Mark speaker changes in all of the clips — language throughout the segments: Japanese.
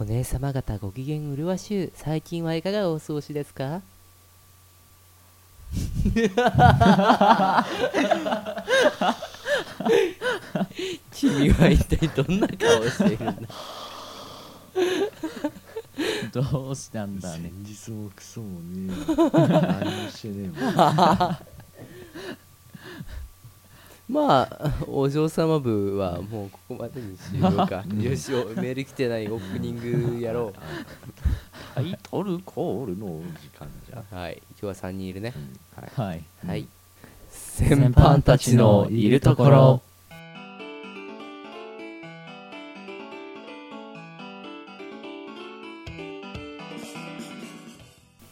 Speaker 1: お姉様方ご機嫌うるわしゅう最近はいかがお過ごしですか君は一体どんな顔しているんだ
Speaker 2: どうしたんだね
Speaker 3: 先日もクソもねえ よ何もしてねえもん
Speaker 1: まあお嬢様部はもうここまでにしようか
Speaker 3: うん
Speaker 1: よしおメール来てないオープニングやろ
Speaker 3: タイトルコールのお時間じゃ
Speaker 1: うはい今日は3人いるねはい、
Speaker 2: はい
Speaker 1: はい、
Speaker 2: 先輩たちのいるところ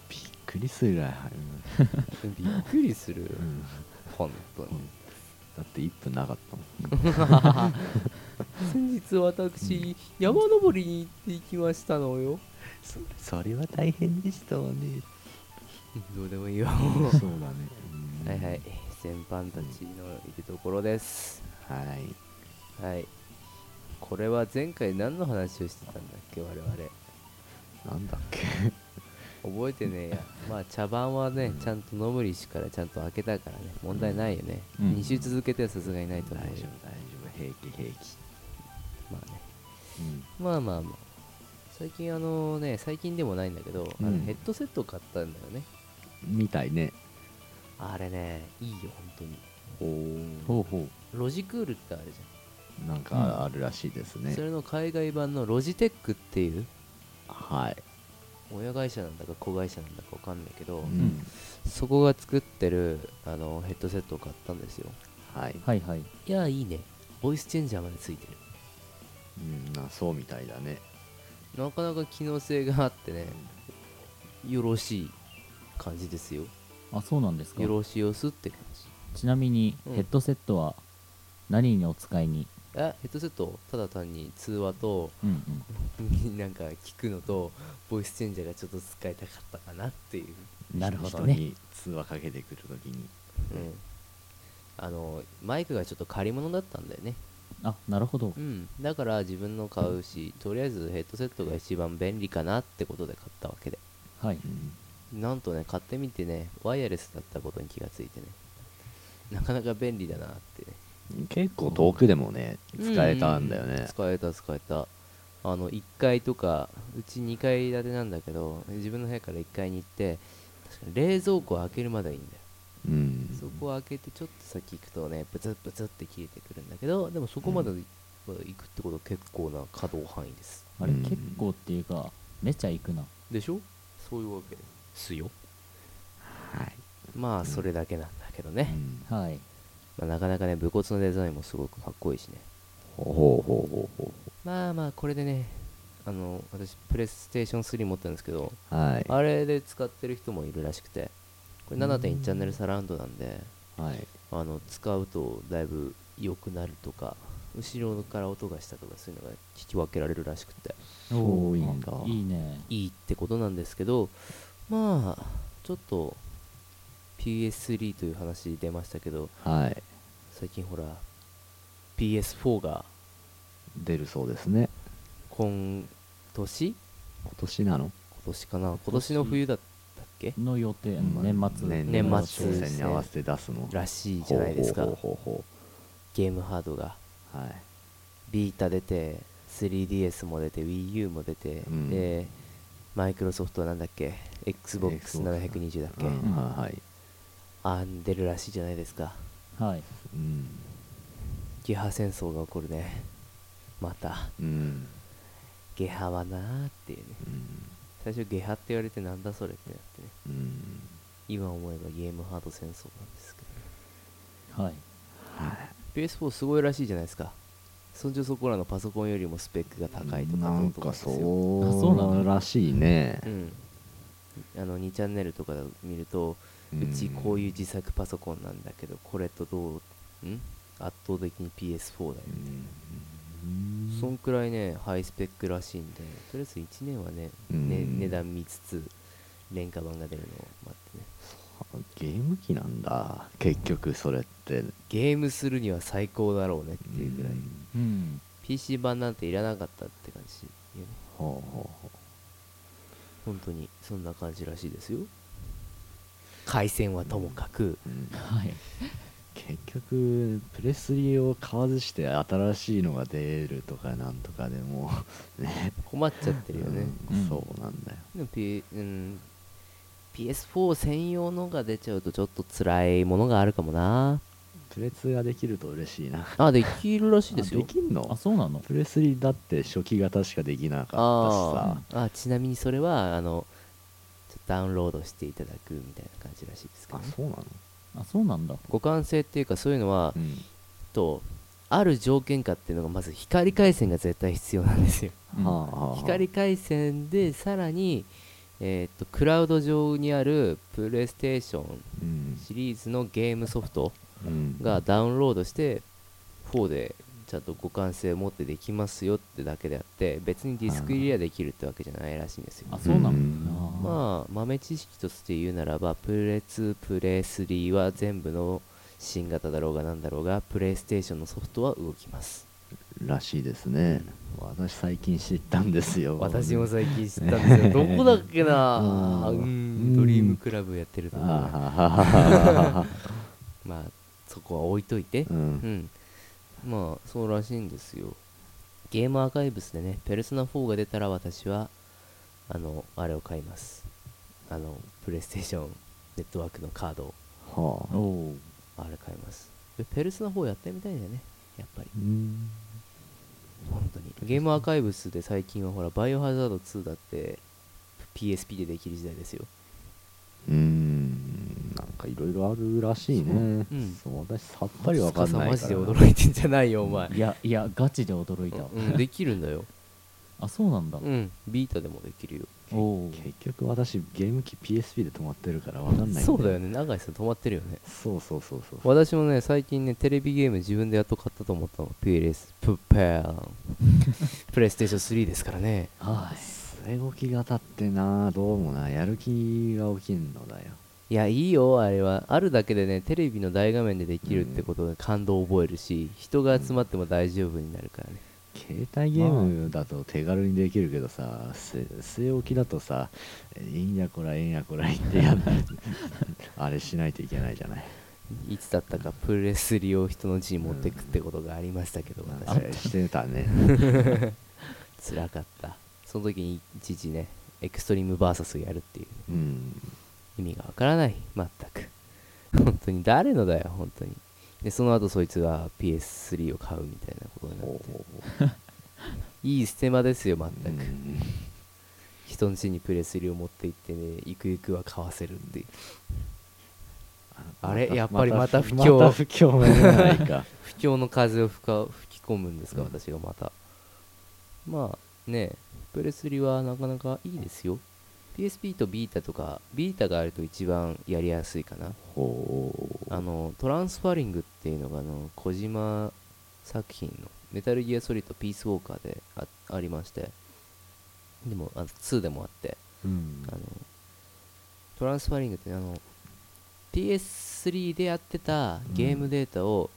Speaker 3: びっくりするぐらい早い
Speaker 1: びっくりする
Speaker 3: うん
Speaker 1: 本当に
Speaker 3: だって1分なかったもん
Speaker 1: 先日私山登りに行っていきましたのよ
Speaker 3: そそれは大変でしたわね
Speaker 1: どうでもいいよ
Speaker 3: そう
Speaker 1: は
Speaker 3: だねうん
Speaker 1: いはい先輩たちのいるところです
Speaker 3: はい
Speaker 1: はいこれは前回何の話をしてたんだっけ我々
Speaker 3: なんだっけ
Speaker 1: 覚えてねえ やまあ茶番はねちゃんと飲むりしからちゃんと開けたからね問題ないよね、
Speaker 2: うん
Speaker 1: 2週続けてはさすがにないと
Speaker 3: 大
Speaker 1: 思う
Speaker 3: 丈夫
Speaker 1: よ
Speaker 3: 大丈夫平気平気
Speaker 1: まあね
Speaker 3: うん
Speaker 1: まあまあまあ最近あのね最近でもないんだけど、あ
Speaker 3: う
Speaker 1: の
Speaker 3: ん
Speaker 1: ヘッドセット買ったんだよね
Speaker 3: みたいね
Speaker 1: あれねいいよ本当に
Speaker 3: ほうほうほ
Speaker 1: ロジクールってあるじ
Speaker 3: うなんかあるらしいです
Speaker 1: ゃん、
Speaker 3: ね
Speaker 1: それの海外版のロジテックっていう
Speaker 3: はい
Speaker 1: 親会社なんだか子会社なんだかわかんないけど、
Speaker 3: うん
Speaker 1: そこが作ってるあのヘッドセットを買ったんですよ
Speaker 3: はい
Speaker 2: はいはい
Speaker 1: いやいいねボイスチェンジャーまでついてる
Speaker 3: うんなそうみたいだね
Speaker 1: なかなか機能性があってね、よろしい感じですよ。
Speaker 2: あそうなんですか
Speaker 1: よろしいよすって感じ。
Speaker 2: ちなみに
Speaker 1: うん
Speaker 2: ヘッドセットは何にお使いに
Speaker 1: え、ヘッドセット、ただ単に通話と、
Speaker 2: うんうん
Speaker 1: なんか聞くのと、ボイスチェンジャーがちょっと使いたかったかなっていう。
Speaker 2: なるほどね
Speaker 3: 人に通話かけてくるときに
Speaker 1: うん。あの、マイクがちょっと借り物だったんだよね。
Speaker 2: あなるほど
Speaker 1: うん。だから自分の買うし、とりあえずヘッドセットが一番便利かなってことで買ったわけで。
Speaker 2: はい
Speaker 1: なんとね、買ってみてね、ワイヤレスだったことに気がついてね。なかなか便利だなってね。
Speaker 3: 結構遠くでもね
Speaker 1: うん
Speaker 3: 使えたんだよね
Speaker 1: 使えた使えたあの1階とかうち2階建てなんだけど自分の部屋から1階に行って確かに冷蔵庫を開けるまではいいんだよ、
Speaker 3: うん
Speaker 1: そこを開けてちょっと先行くとねブツッブツって切れてくるんだけどでもそこまでは行くってことは結構な可動範囲です
Speaker 2: あれ
Speaker 3: うん
Speaker 2: 結構っていうかめちゃいくな
Speaker 1: でしょそういうわけですよ
Speaker 3: はい
Speaker 1: まあそれだけなんだけどね、
Speaker 2: はい
Speaker 1: まあ、なかなかね武骨のデザインもすごくかっこいいしね
Speaker 3: ほうほうほうほ
Speaker 1: まあまあこれでねあの私プレイステーション3持ってるんですけど
Speaker 3: うはい
Speaker 1: あれで使ってる人もいるらしくて、これ
Speaker 2: う
Speaker 1: 7.1
Speaker 2: ん
Speaker 1: チャンネルサラウンドなんで、
Speaker 3: はい
Speaker 1: あの使うとだいぶ良くなるとか、後ろから音がしたとかそういうのが聞き分けられるらしくて、
Speaker 3: そういいんだ
Speaker 2: あいいね
Speaker 1: いいってことなんですけど、まあ、ちょっと PS3 という話出ましたけど、
Speaker 3: はい
Speaker 1: 最近ほら、PS4 が
Speaker 3: 出るそうですね
Speaker 1: 今年
Speaker 3: 今年なの
Speaker 1: 今年かな今年の冬だったっけ
Speaker 2: の予定
Speaker 3: まあ
Speaker 2: 年末
Speaker 3: ね
Speaker 1: 年末
Speaker 3: 年末商戦に合わせて出すの
Speaker 1: らしいじゃないですか
Speaker 3: ほう、ほうほうほ
Speaker 1: ゲームハードが。
Speaker 3: うはい
Speaker 1: ビータ出て 3DS も出て WiiU も出て、
Speaker 3: うん
Speaker 1: でマイクロソフトはなんだっけ XBOX720 だっけ、
Speaker 3: うんはいはい
Speaker 1: あん出るらしいじゃないですか
Speaker 2: はい
Speaker 3: うん
Speaker 1: ゲハ戦争が起こるねまた
Speaker 3: うん
Speaker 1: ゲハはなーっていうね
Speaker 3: うん
Speaker 1: 最初ゲハって言われてなんだそれってなってね
Speaker 3: うん
Speaker 1: 今思えばゲームハード戦争なんですけ
Speaker 2: はい
Speaker 3: はい
Speaker 1: ど PS4 すごいらしいじゃないですかそんじょそこらのパソコンよりもスペックが高いとか
Speaker 3: なん
Speaker 1: どうと
Speaker 3: か
Speaker 1: ですよ
Speaker 2: あそうな
Speaker 3: そ
Speaker 2: の
Speaker 3: うらしいね
Speaker 1: うんあの2チャンネルとか見るとうちこういう自作パソコンなんだけどこれとどうん圧倒的に PS4 だよ、
Speaker 3: うん
Speaker 1: そんくらいねハイスペックらしいんでとりあえず1年はね,、
Speaker 3: うん
Speaker 1: ね値段見つつ廉価版が出るのを待ってね
Speaker 3: ゲーム機なんだ結局それって
Speaker 1: ゲームするには最高だろうねっていうぐらい、
Speaker 3: うん
Speaker 2: うん
Speaker 1: PC 版なんていらなかったって感じよね
Speaker 3: ほうほうほ
Speaker 1: 本当にそんな感じらしいですよ回線はともかく
Speaker 3: う、うん
Speaker 2: はい。
Speaker 3: 結局プレスリーを買わずして新しいのが出るとかなんとかで もうね
Speaker 1: 困っちゃってるよね、
Speaker 3: うんそうなんだよ
Speaker 1: でも P うん PS4 専用のが出ちゃうとちょっと辛いものがあるかもな
Speaker 3: プレツができると嬉しいな
Speaker 1: あできるらしいです
Speaker 3: で
Speaker 1: よ
Speaker 3: きん
Speaker 2: あ、
Speaker 3: の
Speaker 2: そうなの
Speaker 3: プレスリーだって初期型しかできなか
Speaker 1: あ
Speaker 3: っ
Speaker 1: ーあちなみにそれはあのちょっとダウンロードしていただくみたいな感じらしいですけ
Speaker 3: た
Speaker 1: ど
Speaker 3: しさ
Speaker 1: ね、
Speaker 3: あそうなの
Speaker 2: あ、そうなんだ。
Speaker 1: 互換性っていうかそういうのは、
Speaker 3: うん
Speaker 1: とある条件下っていうのがまず光回線が絶対必要なんですよ
Speaker 2: うん
Speaker 3: はあはあはあ
Speaker 1: 光回線でさらに、えー、とクラウド上にあるプレイステーション
Speaker 3: うん
Speaker 1: シリーズのゲームソフト
Speaker 3: うん
Speaker 1: がダウンロードして4でちゃんと互換性を持ってできますよってだけであって別にディスク入りはできるってわけじゃないらしいんですよ
Speaker 2: あ、そうな
Speaker 3: うん
Speaker 2: だ。
Speaker 3: ん
Speaker 1: まあ豆知識として言うならばプレ2プレ3は全部の新型だろうがなんだろうがプレイステーションのソフトは動きます
Speaker 3: らしいですね私最近知ったんですよ
Speaker 1: 私も最近知ったんですよどこだっけな
Speaker 3: あー
Speaker 1: うんドリームクラブやってると
Speaker 3: あ
Speaker 1: こ
Speaker 3: は ははは
Speaker 1: まあそこは置いといて
Speaker 3: う
Speaker 1: うんんまあそうらしいんですよゲームアーカイブスでね「ペルソナ4」が出たら私はあのあれを買いますあのプレイステーションネットワークのカードを
Speaker 3: は
Speaker 2: お
Speaker 3: あ
Speaker 2: おう。
Speaker 1: あれ買いますでペルソナ4やってみたいんだよねやっぱり
Speaker 3: うん
Speaker 1: 本当にゲームアーカイブスで最近はほら「バイオハザード2」だって PSP でできる時代ですよ
Speaker 3: うんなんかいろいろあるらしいね
Speaker 1: そううん
Speaker 3: そう私さっぱりわかんないから
Speaker 1: マジで驚いてんじゃないよお前
Speaker 2: いや、いや、ガチで驚いた。
Speaker 1: うん、できるん だよ
Speaker 2: あ、そうなんだ。
Speaker 1: うんビータでもできるよ
Speaker 2: おおう。
Speaker 3: 結局私ゲーム機 PSP で止まってるからわかんないん
Speaker 1: そうだよね永井さん止まってるよね
Speaker 3: そうそうそうそうそう
Speaker 1: 私もね最近ねテレビゲーム自分でやっと買ったと思ったの PLS プペ ンプレイステーション3ですからね
Speaker 2: はい。
Speaker 3: 据え置き型ってなどうもなやる気が起きんのだよ
Speaker 1: いやいいよあれはあるだけでねテレビの大画面でできるってことで感動を覚えるし人が集まっても大丈夫になるからね
Speaker 3: 携帯ゲームだと手軽にできるけどさす据え置きだとさえいいんやこらえいんやこら言ってや あれしないといけないじゃない
Speaker 1: いつだったかプレスリを人の家に持ってくってことがありましたけど
Speaker 3: なん
Speaker 1: 私
Speaker 3: か
Speaker 1: は
Speaker 3: してた ね
Speaker 1: 辛かったその時に一時ねエクストリーム VS やるっていう
Speaker 3: うん
Speaker 1: 意味がわからない全く本当に誰のだよ本当にでその後そいつが PS3 を買うみたいなことになっていいステマですよ全
Speaker 3: う
Speaker 1: く
Speaker 3: ん
Speaker 1: 人ん家にプレス3を持って行ってねゆくゆくは買わせるっていうあれ
Speaker 3: また
Speaker 1: やっぱりまた不況
Speaker 3: また不況が出ない か
Speaker 1: 不況の風を吹か吹き込むんですか
Speaker 3: うん
Speaker 1: 私がまたまあねプレス3はなかなかいいですよ PSP とビータとかビータがあると一番やりやすいかな
Speaker 3: ほう
Speaker 1: あのトランスファリングっていうのがあの小島作品のメタルギアソリッドピースウォーカーであありましてでもあの2でもあって
Speaker 3: うん
Speaker 1: あのトランスファリングってあの PS3 でやってたゲームデータを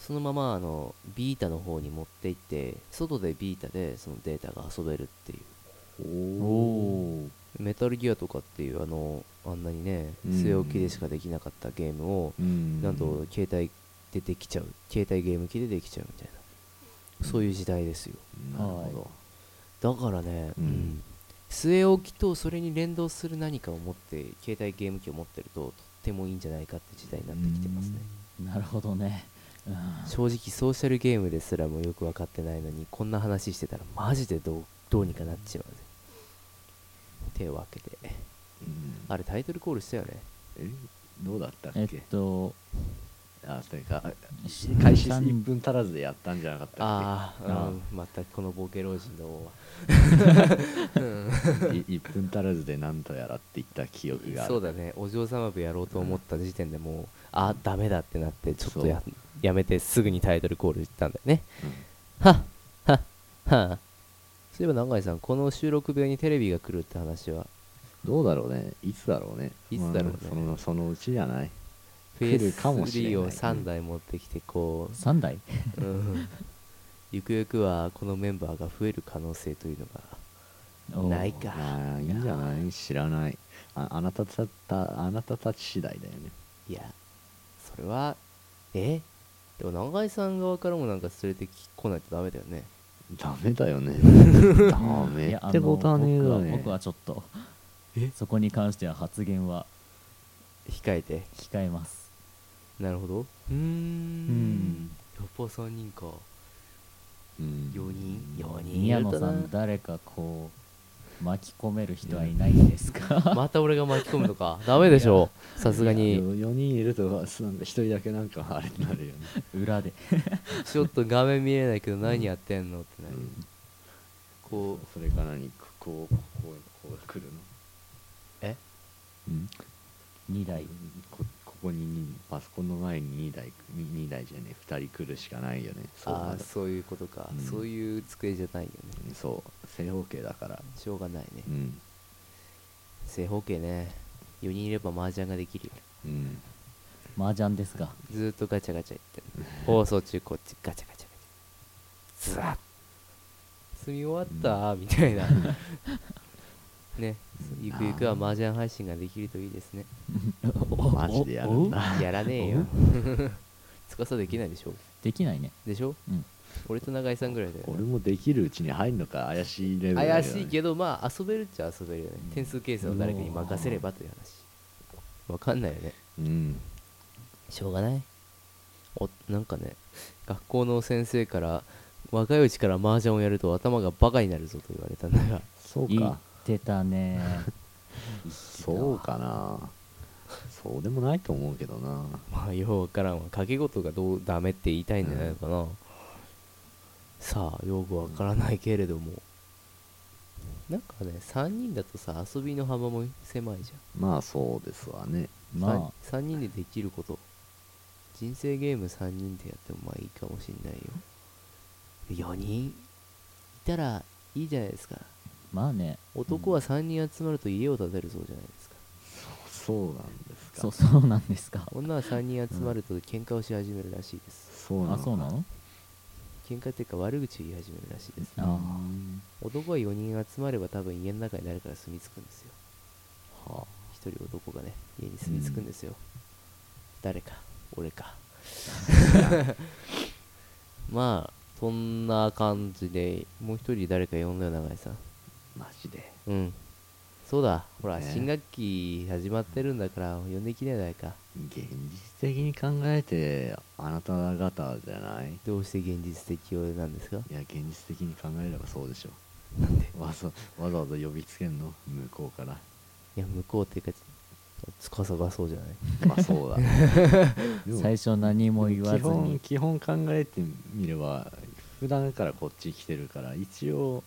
Speaker 1: そのままあのビータの方に持って行って外でビータでそのデータが遊べるっていう
Speaker 2: おおう。
Speaker 1: メタルギアとかっていうあのあんなにね
Speaker 3: うん
Speaker 1: 据え置きでしかできなかったゲームを
Speaker 3: うん
Speaker 1: なんと携帯でできちゃう携帯ゲーム機でできちゃうみたいなそういう時代ですよ
Speaker 3: なるほ
Speaker 1: だからね、
Speaker 3: うん
Speaker 1: うん据え置きとそれに連動する何かを持って携帯ゲーム機を持ってるととってもいいんじゃないかって時代になってきてますね
Speaker 2: なるほどね。うん。
Speaker 1: 正直ソーシャルゲームですらもよく分かってないのにこんな話してたらマジでどうどうにかなっちまうぜ手を開けて
Speaker 3: ど、うん
Speaker 1: あれタイトルコールしたよね
Speaker 3: えどうだったっけ、
Speaker 2: えっと、
Speaker 3: あというかあ
Speaker 2: し
Speaker 3: 開始1分足らずでやったんじゃなかったっけ
Speaker 1: あーあ
Speaker 2: あ
Speaker 1: またこのボケ老人の王はうん
Speaker 3: 1分足らずでなんとやらって言った記憶がある
Speaker 1: そうだねお嬢様部やろうと思った時点でもう、あダメだってなってちょっとややめてすぐにタイトルコールしたんだよねはっはっはあそういえば永井さんこの収録部屋にテレビが来るって話は
Speaker 3: どうだろうねいつだろうね
Speaker 1: いつだろうね
Speaker 3: んそのそのうちじゃない来るかもしれ
Speaker 1: PS3
Speaker 3: ない
Speaker 1: を3台持ってきてこ
Speaker 2: 3台
Speaker 1: う、うん、ゆくゆくはこのメンバーが増える可能性というのが
Speaker 2: おう
Speaker 1: ないか
Speaker 3: あーいいんじゃない知らないああなたたたあなたたち次第だよね
Speaker 1: いやそれはえでも永井さん側からもなんか連れてき来ないとダメだよね
Speaker 3: ダメだよ ねダメ
Speaker 2: いや
Speaker 3: っ
Speaker 2: あ
Speaker 3: て
Speaker 2: の
Speaker 3: ことはねえだ
Speaker 2: 僕は
Speaker 3: ね
Speaker 2: 僕はちょっと
Speaker 1: え
Speaker 2: そこに関しては発言は
Speaker 1: 控えて
Speaker 2: 控えます
Speaker 1: なるほどうーんやっぱ3人か
Speaker 3: うん
Speaker 1: 4人4人い
Speaker 2: 宮
Speaker 1: る
Speaker 2: 野
Speaker 1: と
Speaker 2: さ
Speaker 1: なん
Speaker 2: 誰かこう巻き込める人はいないんですか
Speaker 1: また俺が巻き込むのかダメでしょさすが
Speaker 3: いや
Speaker 1: に
Speaker 3: 4人いるとはすなんか1人だけなんかあれになるよね、
Speaker 2: 裏で
Speaker 1: ちょっと画面見えないけど何やってんのってなるこう
Speaker 3: それからにこうこうこう来るの
Speaker 1: え
Speaker 3: うん
Speaker 2: 2台
Speaker 3: こここににパソコンの前に2台に2台じゃねえ2人来るしかないよねそう
Speaker 1: あ
Speaker 3: な
Speaker 1: あ
Speaker 3: る
Speaker 1: そういうことか、
Speaker 3: うん
Speaker 1: そういう机じゃないよね
Speaker 3: そう正方形だから
Speaker 1: しょうがないね
Speaker 3: うん
Speaker 1: 正方形ね4人いれば麻雀ができるよ
Speaker 3: うん
Speaker 2: 麻雀ですか
Speaker 1: ずーっとガチャガチャ言ってる放送中こっちガチャガチャガチャずらっ済み終わったみたいなね
Speaker 3: うん
Speaker 1: ゆくゆくは麻雀配信ができるといいですね
Speaker 3: マジでやるんだ
Speaker 1: やらねえよ 司できないでしょ
Speaker 2: できないね
Speaker 1: でしょ
Speaker 2: うん
Speaker 1: 俺と永井さんぐらいだよ
Speaker 3: 俺もできるうちに入るのか怪しいレベルだよね、
Speaker 1: 怪しいけどまあ遊べるっちゃ遊べるよね
Speaker 2: うん
Speaker 1: 点数計算を誰かに任せればという話わかんないよね
Speaker 3: うん
Speaker 1: しょうがないおなんかね学校の先生から若いうちから麻雀をやると頭がバカになるぞと言われたんだが
Speaker 3: そう
Speaker 2: 言
Speaker 3: か
Speaker 2: ってたね
Speaker 3: そうかなそうでもないと思うけどな
Speaker 1: まあようわからんわ掛け事がどうダメって言いたいんじゃないのかな、さあよくわからないけれども、なんかね3人だとさ遊びの幅も狭いじ
Speaker 3: まあそうですわね
Speaker 1: ゃん、
Speaker 2: まあ
Speaker 1: 3人でできること人生ゲーム3人でやってもまあいいかもしんないよ4人いたらいいじゃないですか
Speaker 2: まあね
Speaker 1: 男は3人集まると家を建てるそうじゃないですか、
Speaker 3: そうなんですか
Speaker 2: そうそうなんですか
Speaker 1: 女は3人集まると喧嘩をし始めるらしいです、
Speaker 3: そうなの
Speaker 2: あそうなの
Speaker 1: 喧嘩っていうか悪口を言い始めるらしいです、
Speaker 2: あ
Speaker 3: うん
Speaker 1: 男は4人集まれば多分家の中に誰かが住み着くんですよ
Speaker 3: はあ
Speaker 1: 一人男がね家に住み着くんですよ、誰か俺か まあそんな感じでもう一人誰か呼んだよ永井さん
Speaker 3: マジで
Speaker 1: うんそうだほら、
Speaker 3: ね
Speaker 1: 新学期始まってるんだから呼んできねえないか
Speaker 3: 現実的に考えてあなた方じゃないい
Speaker 1: どうして現実的用なんですか
Speaker 3: や現実的に考えればそうでしょ
Speaker 1: なんで
Speaker 3: わざわざわざ呼びつけんの向こうから
Speaker 1: いや向こうっていうか司がそうじゃない
Speaker 3: まあそうだでも
Speaker 2: 最初何も言わ
Speaker 3: 基
Speaker 2: ずに
Speaker 3: 本基本考えてみれば普段からこっち来てるから一応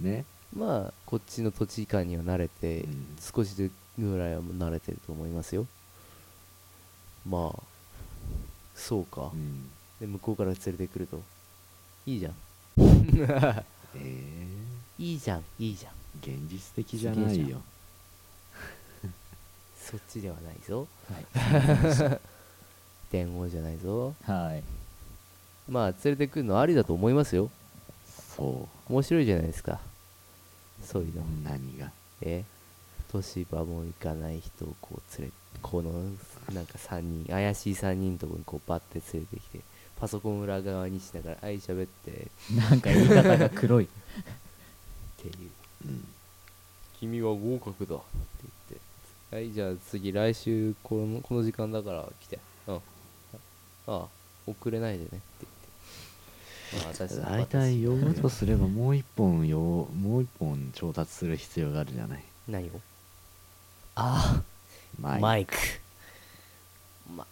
Speaker 3: ね、
Speaker 1: まあこっちの土地感には慣れて、
Speaker 3: うん
Speaker 1: 少しぐらいは慣れてると思いますよまあそうか、
Speaker 3: うん、
Speaker 1: で向こうから連れてくるといいじゃん
Speaker 3: えー、
Speaker 1: いいじゃんいいじゃん
Speaker 3: 現実的じゃないよ
Speaker 1: そっちではないぞ
Speaker 2: は
Speaker 1: 伝王じゃないぞ
Speaker 2: いはい
Speaker 1: まあ連れてくるのありだと思いますよ
Speaker 3: そ
Speaker 1: 面白いじゃないですかそういう
Speaker 3: う
Speaker 1: の
Speaker 3: 何が
Speaker 1: え年場も行かない人をこう連れこのなんか3人怪しい3人のとこにこうバッて連れてきてパソコン裏側にしながら「あいしゃべって」っ
Speaker 2: なんか言い方が黒い
Speaker 1: ていう
Speaker 3: うん
Speaker 1: 「君は合格だ」って言って「はいじゃあ次来週このこの時間だから来て」うんああ遅れないでねって言って、まあ、私
Speaker 3: 大体呼ぶとすればもう一本よもう一本調達する必要があるじゃない
Speaker 1: 何をああ
Speaker 3: マイク
Speaker 1: マイクま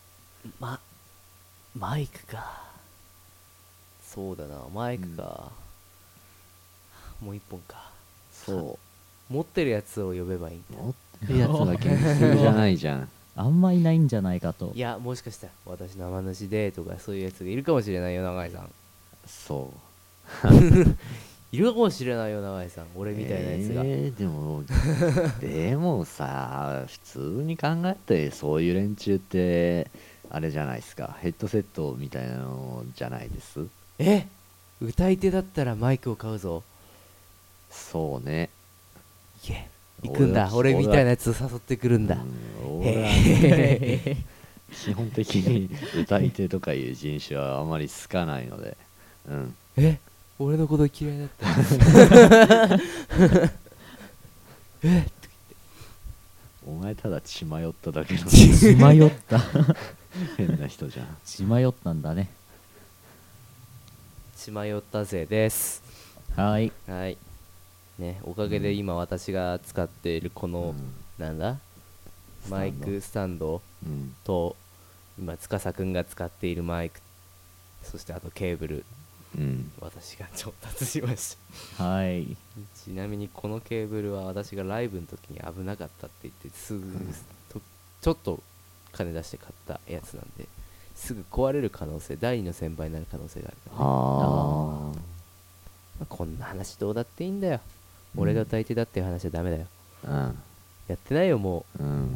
Speaker 1: まマイクかそうだなマイクか、もう一本か
Speaker 3: そ
Speaker 1: 持ってるやつを呼べばいいんだ
Speaker 3: う持ってるやつは現実じゃないじゃん
Speaker 2: あんまいないんじゃないかと
Speaker 1: いやもしかしたら私の天主でとかそういうやつがいるかもしれないよ永井さん
Speaker 3: そう
Speaker 1: いるかもしれないよ永井さん俺みたいなやつが、
Speaker 3: えーでもでもさ普通に考えてそういう連中ってあれじゃないですかヘッドセットみたいなのじゃないです
Speaker 1: え歌い手だったらマイクを買うぞ
Speaker 3: そうね
Speaker 1: け行くんだ俺みたいなやつ誘ってくるんだ、
Speaker 3: うん俺は
Speaker 1: へえ
Speaker 3: 基本的に歌い手とかいう人種はあまり好かないので、うん、
Speaker 1: え俺のこと嫌いだった え
Speaker 3: お前ただ血迷っただけ の
Speaker 2: 血迷った。
Speaker 3: 変な人じゃん
Speaker 2: 血迷ったんだね。
Speaker 1: 血迷ったぜです
Speaker 2: はい。
Speaker 1: はいねおかげで今私が使っているこの、
Speaker 3: うん
Speaker 1: なんだ
Speaker 3: スタンド
Speaker 1: マイクスタンド
Speaker 3: うん
Speaker 1: と今司くんが使っているマイクそしてあとケーブル
Speaker 3: うん
Speaker 1: 私が調達しました
Speaker 2: はい。
Speaker 1: ちなみにこのケーブルは私がライブの時に危なかったって言ってすぐとちょっと金出して買ったやつなんですぐ壊れる可能性第二の先輩になる可能性があるからね、
Speaker 3: は
Speaker 1: まあこんな話どうだっていいんだよ俺が歌い手だっていう話はダメだよ
Speaker 3: あ
Speaker 1: やってないよも
Speaker 3: うんうん
Speaker 1: う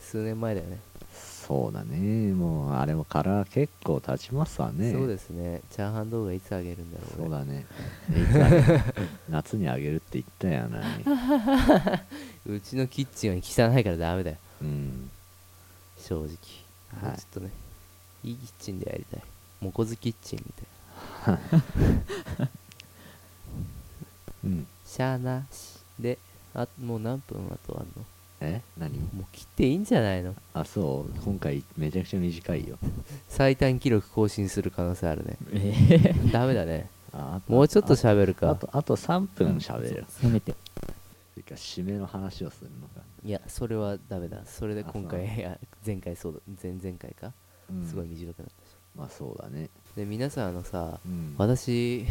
Speaker 1: 数年前だよね
Speaker 3: そうだねもうあれもから結構経ちますわね
Speaker 1: そうですねチャーハン動画いつあげるんだろう
Speaker 3: そう
Speaker 1: 俺
Speaker 3: だ ねいつあげる夏にあげるって言ったやな
Speaker 1: うちのキッチンは汚いからダメだよ
Speaker 3: うん
Speaker 1: 正直、
Speaker 3: はい
Speaker 1: もうちょっとねいいキッチンでやりたいモコズキッチンみたいな
Speaker 3: うん
Speaker 1: しゃあなしであもう何分あとあんの
Speaker 3: え何
Speaker 1: もう切っていいんじゃないの
Speaker 3: あそう今回めちゃくちゃ短いよ
Speaker 1: 最短記録更新する可能性あるね
Speaker 2: え
Speaker 1: ダメだね
Speaker 3: ああ
Speaker 1: もうちょっと喋る
Speaker 3: あ
Speaker 1: か
Speaker 3: とあと3分しゃべる、
Speaker 2: せめて。
Speaker 3: それから締めの話をするのか、
Speaker 1: いやそれはダメだそれで今
Speaker 3: あそ
Speaker 1: 回いや前回そうだ前々回か、すごい短くなったし
Speaker 3: まあそうだね、
Speaker 1: で皆さんあのさ、
Speaker 3: うんは
Speaker 1: 私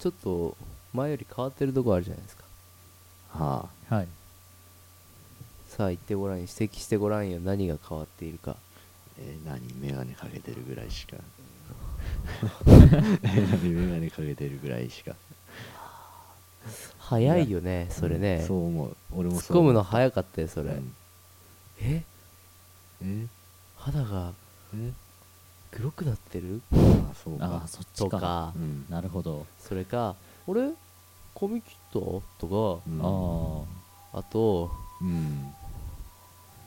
Speaker 1: ちょっと前より変わってるとこあるじゃないですか
Speaker 3: あ
Speaker 2: はい。
Speaker 1: さあ言ってごらんよ指摘してごらんよ何が変わっているか
Speaker 3: えー何メガネかけてるぐらいしかえー何メガネかけてるぐらいしか
Speaker 1: 早いよねそれね、
Speaker 3: うんそう思う俺も
Speaker 1: 突っ
Speaker 3: そう
Speaker 1: 込
Speaker 3: 思
Speaker 1: む
Speaker 3: う
Speaker 1: の早かったよそれ、
Speaker 3: うん
Speaker 1: え
Speaker 3: え
Speaker 1: 肌が
Speaker 3: え
Speaker 1: 黒くなってる
Speaker 3: ああそう
Speaker 2: あ
Speaker 3: か
Speaker 2: あ、そっ
Speaker 1: と
Speaker 2: ちか。
Speaker 1: か
Speaker 3: うん
Speaker 2: なるほど。
Speaker 1: それか俺髪切ったと
Speaker 3: うん
Speaker 2: あ
Speaker 1: かあと
Speaker 3: うん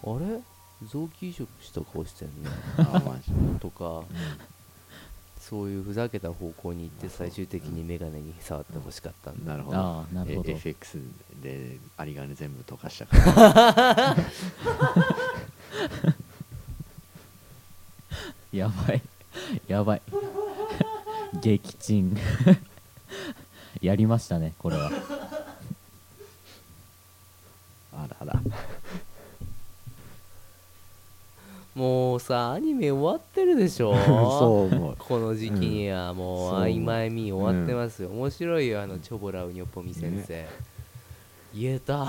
Speaker 1: あれ臓器移植した顔してんね
Speaker 3: あマジ
Speaker 1: とかそういうふざけた方向に行って最終的にメガネに触ってほしかったんだ
Speaker 3: なるほど
Speaker 2: あ、ああ、なるほ
Speaker 3: え
Speaker 2: ど。
Speaker 3: FX で有り金全部溶かしたから
Speaker 2: やばい。やばい。撃沈。 やりましたね、これは。
Speaker 3: あらあら
Speaker 1: もうさアニメ終わってるでしょ
Speaker 3: そう思う
Speaker 1: この時期にはもう
Speaker 3: そう
Speaker 1: 曖昧み終わってますよ、面白いよあのチョボラウニョポミ先生、言え た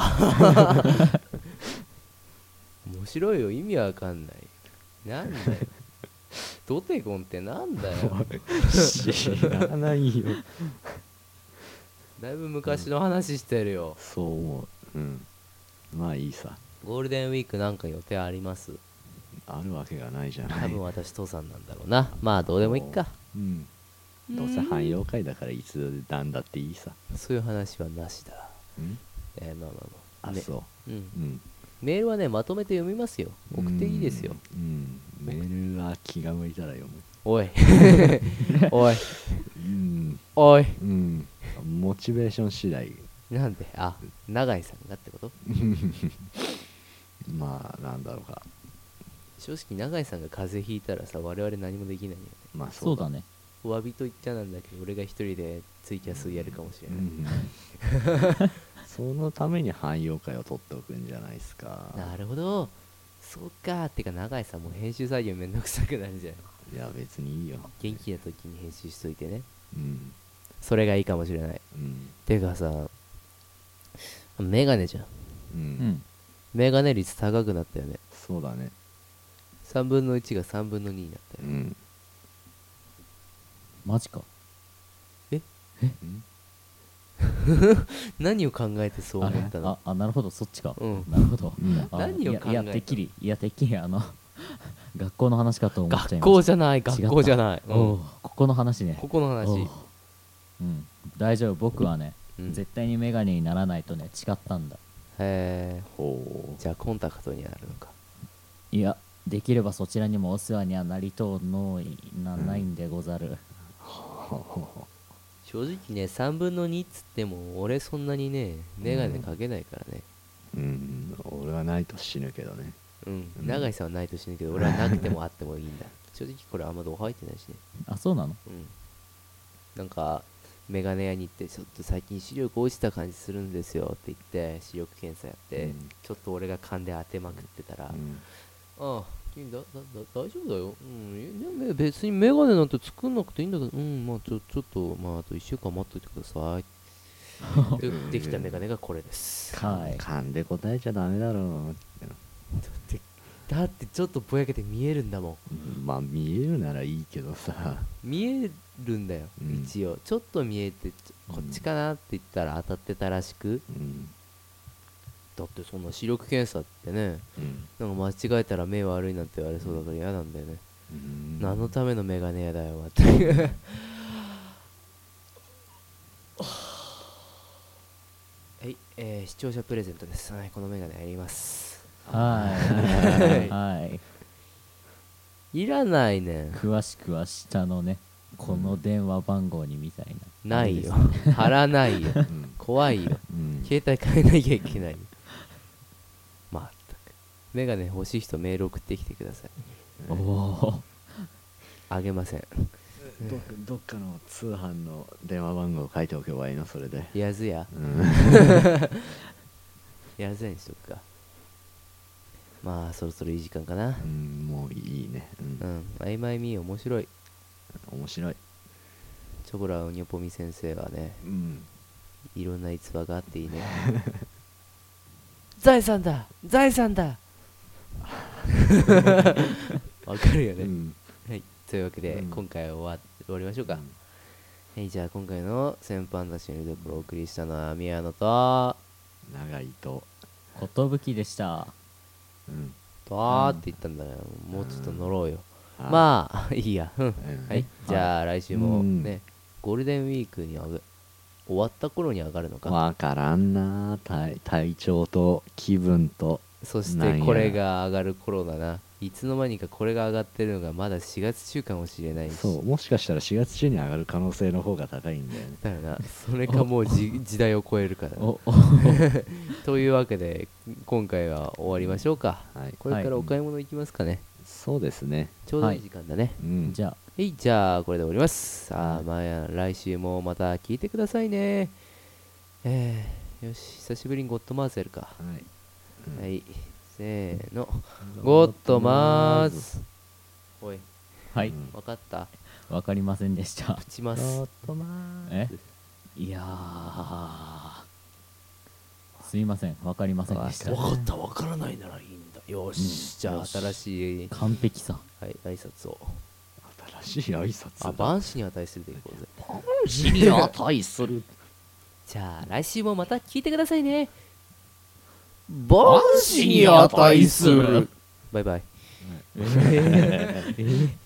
Speaker 1: 面白いよ意味わかんないなんだよドテゴンってなんだよ
Speaker 3: 知らないよ
Speaker 1: だいぶ昔の話してるよ、
Speaker 3: そう思ううんまあいいさ
Speaker 1: ゴールデンウィークなんか予定あります
Speaker 3: あるわけがないじゃな
Speaker 1: 多
Speaker 3: い
Speaker 1: 分私父さんなんだろうな、まあどうでもいいか
Speaker 3: うんどうせ汎用会だからいつなんだっていいさ
Speaker 1: そういう話はなしだ
Speaker 3: うん
Speaker 1: えー、まあまあまあ
Speaker 3: あ
Speaker 1: ね、
Speaker 3: そう
Speaker 1: ん
Speaker 3: う、うん
Speaker 1: メールはねまとめて読みますよ送っていいですよ
Speaker 3: うんメールは気が向いたら読む
Speaker 1: おい おい
Speaker 3: うん
Speaker 1: おい
Speaker 3: うんモチベーション次第
Speaker 1: なんであ永井さんがってこと
Speaker 3: まあなんだろうか
Speaker 1: 正直永井さんが風邪ひいたらさ我々何もできないよね
Speaker 3: まあ
Speaker 2: そ
Speaker 3: そううだ
Speaker 2: だね。
Speaker 1: お詫びと言っちゃなんだけど俺が一人でツイキャスやるかもしれ
Speaker 3: う
Speaker 1: ない、
Speaker 3: ん そのために汎用会を取っておくんじゃないですか
Speaker 1: なるほどそうかてか永井さんも編集作業めんどくさくなるじゃん
Speaker 3: いや別にいいよ
Speaker 1: 元気な時に編集しといてね
Speaker 3: うん
Speaker 1: それがいいかもしれない
Speaker 3: うん
Speaker 1: てかさメガネじゃん
Speaker 3: う、
Speaker 2: うんん。
Speaker 1: メガネ率高くなったよね
Speaker 3: そうだね
Speaker 1: 3分の1が3分の2になった
Speaker 3: う
Speaker 1: よ、
Speaker 3: ん
Speaker 2: マジか。
Speaker 3: うん
Speaker 1: 何を考えてそう
Speaker 2: あ
Speaker 1: 思ったの
Speaker 2: ああなるほどそっちか、
Speaker 1: うん
Speaker 2: なるほど、
Speaker 3: うん
Speaker 2: あ
Speaker 1: 何を
Speaker 2: い
Speaker 1: 考えた
Speaker 2: や
Speaker 1: の
Speaker 2: いやてっきりいやてっきりあの 学校の話かと思っち
Speaker 1: 学
Speaker 2: ゃいました
Speaker 1: 校じゃない
Speaker 2: 違った
Speaker 1: 学校じゃない、うん
Speaker 2: おうここの話ね
Speaker 1: ここの
Speaker 2: おう
Speaker 1: 話、
Speaker 2: うん、大丈夫僕はね、
Speaker 1: うん
Speaker 2: 絶対にメガネにならないとね誓ったんだ
Speaker 1: へえ
Speaker 3: ほう
Speaker 1: じゃあコンタクトになるのか
Speaker 2: いやできればそちらにもお世話にはなりとうのいなないんでござる、
Speaker 1: 正直ね3分の2っつっても俺そんなにね眼鏡かけないからね
Speaker 3: うん俺はないと死ぬけどね
Speaker 1: うん、
Speaker 3: うん
Speaker 1: 永井さんはないと死ぬけど俺はなくてもあってもいいん だ正直これあんまどう入ってないしね
Speaker 2: あそうなの
Speaker 1: うんなんかメガネ屋に行ってちょっと最近視力落ちた感じするんですよって言って視力検査やって、
Speaker 3: うん
Speaker 1: ちょっと俺が勘で当てまくってたら、
Speaker 3: うん
Speaker 1: ああ君だだだ大丈夫だよ、うんいやいや、別にメガネなんて作んなくていいんだけどうんまあちょちょっとまああと1週間待っといてくださ いでできたメガネがこれです
Speaker 2: はい
Speaker 3: 勘で答えちゃダメだろ
Speaker 1: だってちょっとぼやけて見えるんだもん
Speaker 3: うんまあ見えるならいいけどさ
Speaker 1: 見えるんだよ、
Speaker 3: うん
Speaker 1: 一応ちょっと見えてちょこっちかなって言ったら当たってたらしく
Speaker 3: うん
Speaker 1: だってそんな視力検査ってね
Speaker 3: うん
Speaker 1: なんか間違えたら目悪いなんて言われそうだから嫌なんだよね、
Speaker 3: うん
Speaker 1: 何のためのメガネ屋だよまた はい、えー視聴者プレゼントですはいこのメガネやります
Speaker 2: はいはい
Speaker 1: いらないねん
Speaker 2: 詳しくは下のねこの電話番号にみたいな
Speaker 1: ないよ貼らないよ
Speaker 3: うん
Speaker 1: 怖いよ
Speaker 3: うん
Speaker 1: 携帯変えなきゃいけないまったくメガネ欲しい人メール送ってきてください
Speaker 2: おお
Speaker 1: あげません
Speaker 3: どどっかの通販の電話番号書いておけばいいのそれで
Speaker 1: やずや
Speaker 3: うん
Speaker 1: やずやにしとくかまあそろそろいい時間かな
Speaker 3: うんもういいねう
Speaker 1: うんん「あいまいみー」面白い
Speaker 3: 面白い
Speaker 1: チョコラウニョポミ先生はね
Speaker 3: うん
Speaker 1: いろんな逸話があっていいね 財産だ財産だ わかるよね、
Speaker 3: うん
Speaker 1: はい、というわけで、
Speaker 3: うん
Speaker 1: 今回は終わ終わりましょうか、
Speaker 3: うん
Speaker 1: はい、じゃあ今回の「先般達の見どころ」をお送りしたのは宮野と
Speaker 3: 長いと
Speaker 2: 寿でした
Speaker 3: うん
Speaker 1: 「とー」って言ったんだからもうちょっと乗ろうよ、
Speaker 3: あ
Speaker 1: まあ いいや、うん
Speaker 3: うん
Speaker 1: はいじゃあ来週
Speaker 3: う
Speaker 1: も
Speaker 3: ん
Speaker 1: ね、ゴールデンウィークにあげ終わった頃に上がるのか、
Speaker 3: わからんな体体調と気分と
Speaker 1: そし
Speaker 3: なん
Speaker 1: て
Speaker 3: や
Speaker 1: これが上がる頃だないつの間にかこれが上がってるのがまだ4月中かもしれないし
Speaker 3: そうもしかしたら4月中に上がる可能性の方が高いんだよね
Speaker 1: だよなそれかもうじ時代を超えるからな
Speaker 2: おお
Speaker 1: というわけで今回は終わりましょうか
Speaker 3: はい
Speaker 1: これからお買い物行きますかね、
Speaker 3: そうですね
Speaker 1: ちょうどいい時間だね、
Speaker 3: うん
Speaker 2: じゃあ
Speaker 1: はい、じゃあこれで終わります。さあ、まあ、来週もまた聞いてくださいね。えー、よし、久しぶりにゴッドマーズやるか。
Speaker 3: はいうん
Speaker 1: はい、せーの、ゴッドマーズ。おい、
Speaker 2: は
Speaker 3: う
Speaker 2: い
Speaker 3: ん
Speaker 1: わかった
Speaker 2: わかりませんでした
Speaker 1: 打ちます。
Speaker 3: ドマ
Speaker 2: えいやーすいませんわかりませんでした
Speaker 1: わかった、わからないならいいんだ。よし、じゃあ新しい、
Speaker 2: 完璧さ
Speaker 1: はい、挨拶を。
Speaker 3: 新しい挨拶
Speaker 1: あ、
Speaker 3: ン
Speaker 1: 万死に値するでいこうぜ。
Speaker 3: ジに値する
Speaker 1: じゃあ来週もまた聞いてくださいね。
Speaker 2: 万
Speaker 1: 死に値する。バイバイ。
Speaker 2: えー